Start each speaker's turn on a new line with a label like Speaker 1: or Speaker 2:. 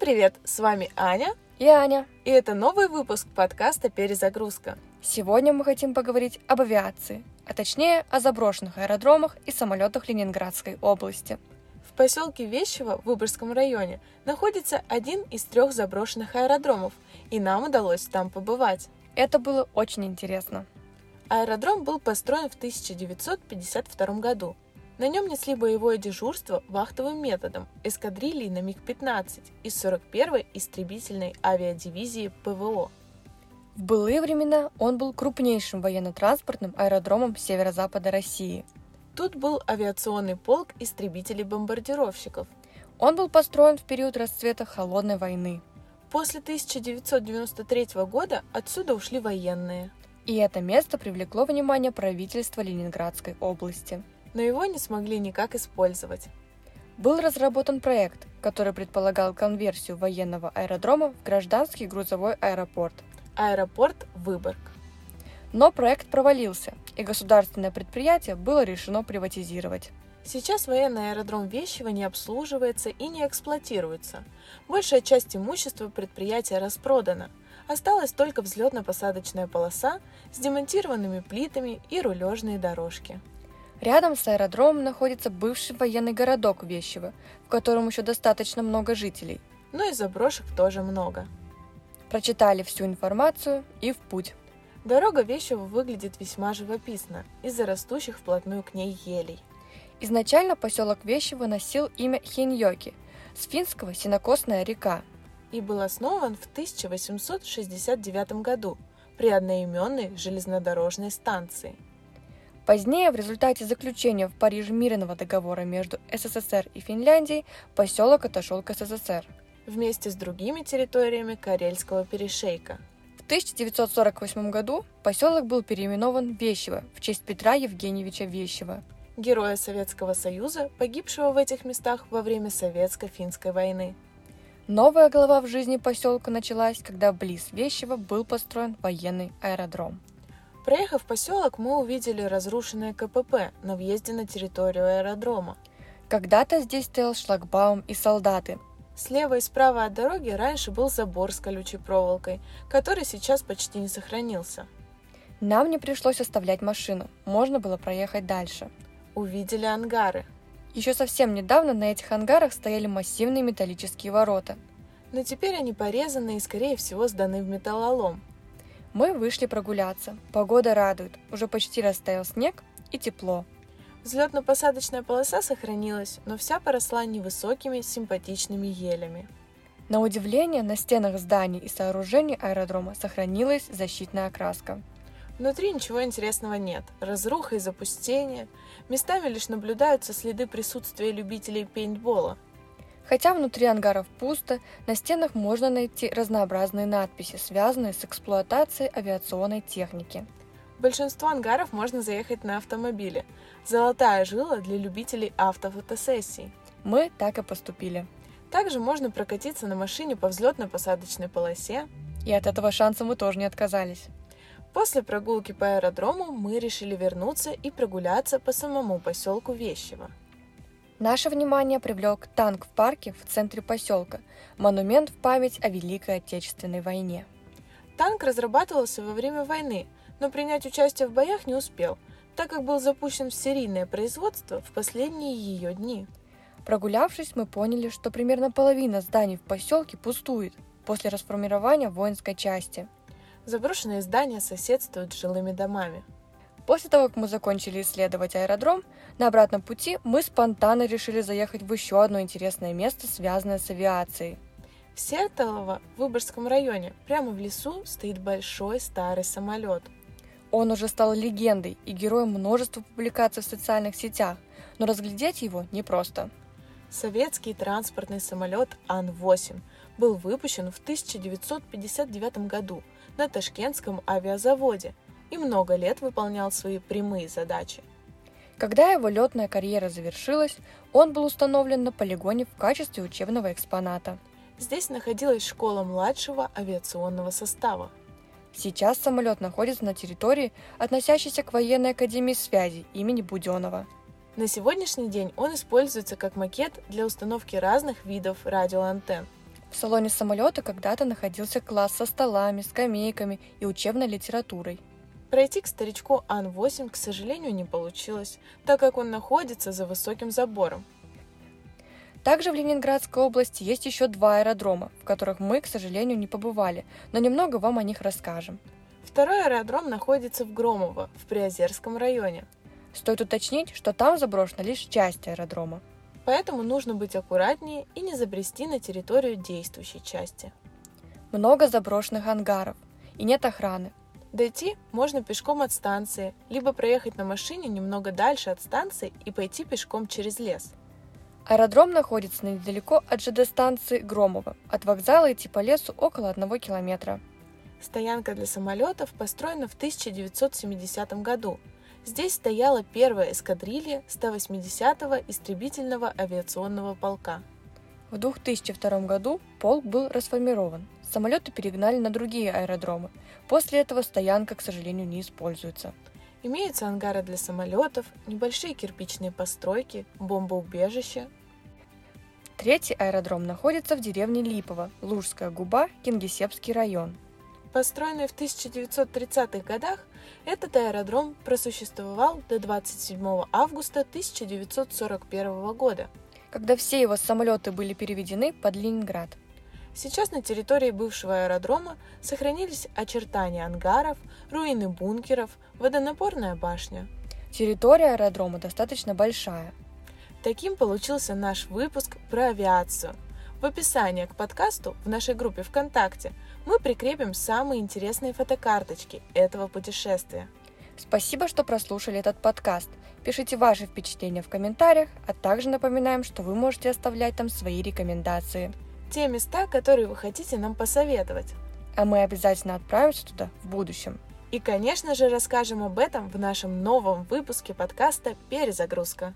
Speaker 1: привет! С вами Аня,
Speaker 2: и Аня.
Speaker 1: и это новый выпуск подкаста «Перезагрузка».
Speaker 2: Сегодня мы хотим поговорить об авиации, а точнее о заброшенных аэродромах и самолетах Ленинградской области.
Speaker 1: В поселке Вещево в Выборгском районе находится один из трех заброшенных аэродромов, и нам удалось там побывать.
Speaker 2: Это было очень интересно.
Speaker 1: Аэродром был построен в 1952 году. На нем несли боевое дежурство вахтовым методом эскадрильи на МиГ-15 из 41-й истребительной авиадивизии ПВО.
Speaker 2: В былые времена он был крупнейшим военно-транспортным аэродромом северо-запада России.
Speaker 1: Тут был авиационный полк истребителей-бомбардировщиков.
Speaker 2: Он был построен в период расцвета Холодной войны.
Speaker 1: После 1993 года отсюда ушли военные,
Speaker 2: И это место привлекло внимание правительства Ленинградской области.
Speaker 1: но его не смогли никак использовать.
Speaker 2: Был разработан проект, который предполагал конверсию военного аэродрома в гражданский грузовой аэропорт.
Speaker 1: Аэропорт Выборг.
Speaker 2: Но проект провалился, и государственное предприятие было решено приватизировать.
Speaker 1: Сейчас военный аэродром Вещева не обслуживается и не эксплуатируется. Большая часть имущества предприятия распродана. Осталась только взлетно-посадочная полоса с демонтированными плитами и рулежные дорожки.
Speaker 2: Рядом с аэродромом находится бывший военный городок Вещево, в котором еще достаточно много жителей.
Speaker 1: Но Ну и заброшек тоже много.
Speaker 2: Прочитали всю информацию и в путь.
Speaker 1: Дорога Вещева выглядит весьма живописно из-за растущих вплотную к ней елей.
Speaker 2: Изначально поселок Вещево носил имя Хиньоки, с финского «сенокосная река».
Speaker 1: и был основан в 1869 году при одноименной железнодорожной станции.
Speaker 2: Позднее, в результате заключения в Париже мирного договора между СССР и Финляндией, поселок отошел к СССР.
Speaker 1: вместе с другими территориями Карельского перешейка.
Speaker 2: В 1948 году поселок был переименован Вещево в честь Петра Евгеньевича Вещева.
Speaker 1: Героя Советского Союза, погибшего в этих местах во время Советско-финской войны.
Speaker 2: Новая глава в жизни поселка началась, когда близ Вещева был построен военный аэродром.
Speaker 1: Проехав поселок, мы увидели разрушенное КПП на въезде на территорию аэродрома.
Speaker 2: Когда-то здесь стоял шлагбаум и солдаты.
Speaker 1: Слева и справа от дороги раньше был забор с колючей проволокой, который сейчас почти не сохранился.
Speaker 2: Нам не пришлось оставлять машину, можно было проехать дальше.
Speaker 1: Увидели ангары.
Speaker 2: Еще совсем недавно на этих ангарах стояли массивные металлические ворота.
Speaker 1: Но теперь они порезаны и, скорее всего, сданы в металлолом.
Speaker 2: Мы вышли прогуляться. Погода радует, уже почти растаял снег и тепло.
Speaker 1: Взлетно-посадочная полоса сохранилась, но вся поросла невысокими симпатичными елями.
Speaker 2: На удивление, на стенах зданий и сооружений аэродрома сохранилась защитная окраска.
Speaker 1: Внутри ничего интересного нет. Разруха и запустение. Местами лишь наблюдаются следы присутствия любителей пейнтбола.
Speaker 2: Хотя внутри ангаров пусто, на стенах можно найти разнообразные надписи, связанные с эксплуатацией авиационной техники.
Speaker 1: В большинство ангаров можно заехать на автомобиле. Золотая жила для любителей автофотосессий.
Speaker 2: Мы так и поступили.
Speaker 1: Также можно прокатиться на машине по взлетно-посадочной полосе.
Speaker 2: И от этого шанса мы тоже не отказались.
Speaker 1: После прогулки по аэродрому мы решили вернуться и прогуляться по самому поселку Вещево.
Speaker 2: Наше внимание привлек танк в парке в центре поселка, монумент в память о Великой Отечественной войне.
Speaker 1: Танк разрабатывался во время войны, но принять участие в боях не успел, так как был запущен в серийное производство в последние ее дни.
Speaker 2: Прогулявшись, мы поняли, что примерно половина зданий в поселке пустует после расформирования воинской части.
Speaker 1: Заброшенные здания соседствуют с жилыми домами.
Speaker 2: После того, как мы закончили исследовать аэродром, на обратном пути мы спонтанно решили заехать в еще одно интересное место, связанное с авиацией.
Speaker 1: В Сертолово, в Выборгском районе, прямо в лесу стоит большой старый самолет.
Speaker 2: Он уже стал легендой и героем множества публикаций в социальных сетях, но разглядеть его непросто.
Speaker 1: Советский транспортный самолет Ан-8 был выпущен в 1959 году на Ташкентском авиазаводе и много лет выполнял свои прямые задачи.
Speaker 2: Когда его летная карьера завершилась, он был установлен на полигоне в качестве учебного экспоната.
Speaker 1: Здесь находилась школа младшего авиационного состава.
Speaker 2: Сейчас самолет находится на территории, относящейся к военной академии связи имени Буденова.
Speaker 1: На сегодняшний день он используется как макет для установки разных видов радиоантенн.
Speaker 2: В салоне самолета когда-то находился класс со столами, скамейками и учебной литературой.
Speaker 1: Пройти к старичку Ан-8, к сожалению, не получилось, так как он находится за высоким забором.
Speaker 2: Также в Ленинградской области есть еще два аэродрома, в которых мы, к сожалению, не побывали, но немного вам о них расскажем.
Speaker 1: Второй аэродром находится в Громово, в Приозерском районе.
Speaker 2: Стоит уточнить, что там заброшена лишь часть аэродрома.
Speaker 1: Поэтому нужно быть аккуратнее и не забрести на территорию действующей части.
Speaker 2: Много заброшенных ангаров и нет охраны.
Speaker 1: Дойти можно пешком от станции, либо проехать на машине немного дальше от станции и пойти пешком через лес.
Speaker 2: Аэродром находится недалеко от ЖД-станции Громово. От вокзала идти по лесу около одного километра.
Speaker 1: Стоянка для самолетов построена в 1970 году. Здесь стояла первая эскадрилья 180-го истребительного авиационного полка.
Speaker 2: В 2002 году полк был расформирован. Самолеты перегнали на другие аэродромы. После этого стоянка, к сожалению, не используется.
Speaker 1: Имеются ангары для самолетов, небольшие кирпичные постройки, бомбоубежище.
Speaker 2: Третий аэродром находится в деревне Липово, Лужская губа, Кингисеппский район.
Speaker 1: Построенный в 1930-х годах, этот аэродром просуществовал до 27 августа 1941 года.
Speaker 2: Когда все его самолеты были переведены под Ленинград.
Speaker 1: Сейчас на территории бывшего аэродрома сохранились очертания ангаров, руины бункеров, водонапорная башня.
Speaker 2: Территория аэродрома достаточно большая.
Speaker 1: Таким получился наш выпуск про авиацию. В описании к подкасту в нашей группе ВКонтакте мы прикрепим самые интересные фотокарточки этого путешествия.
Speaker 2: Спасибо, что прослушали этот подкаст. Пишите ваши впечатления в комментариях, а также напоминаем, что вы можете оставлять там свои рекомендации.
Speaker 1: Те места, которые вы хотите нам посоветовать.
Speaker 2: А мы обязательно отправимся туда в будущем.
Speaker 1: И, конечно же, расскажем об этом в нашем новом выпуске подкаста «Перезагрузка».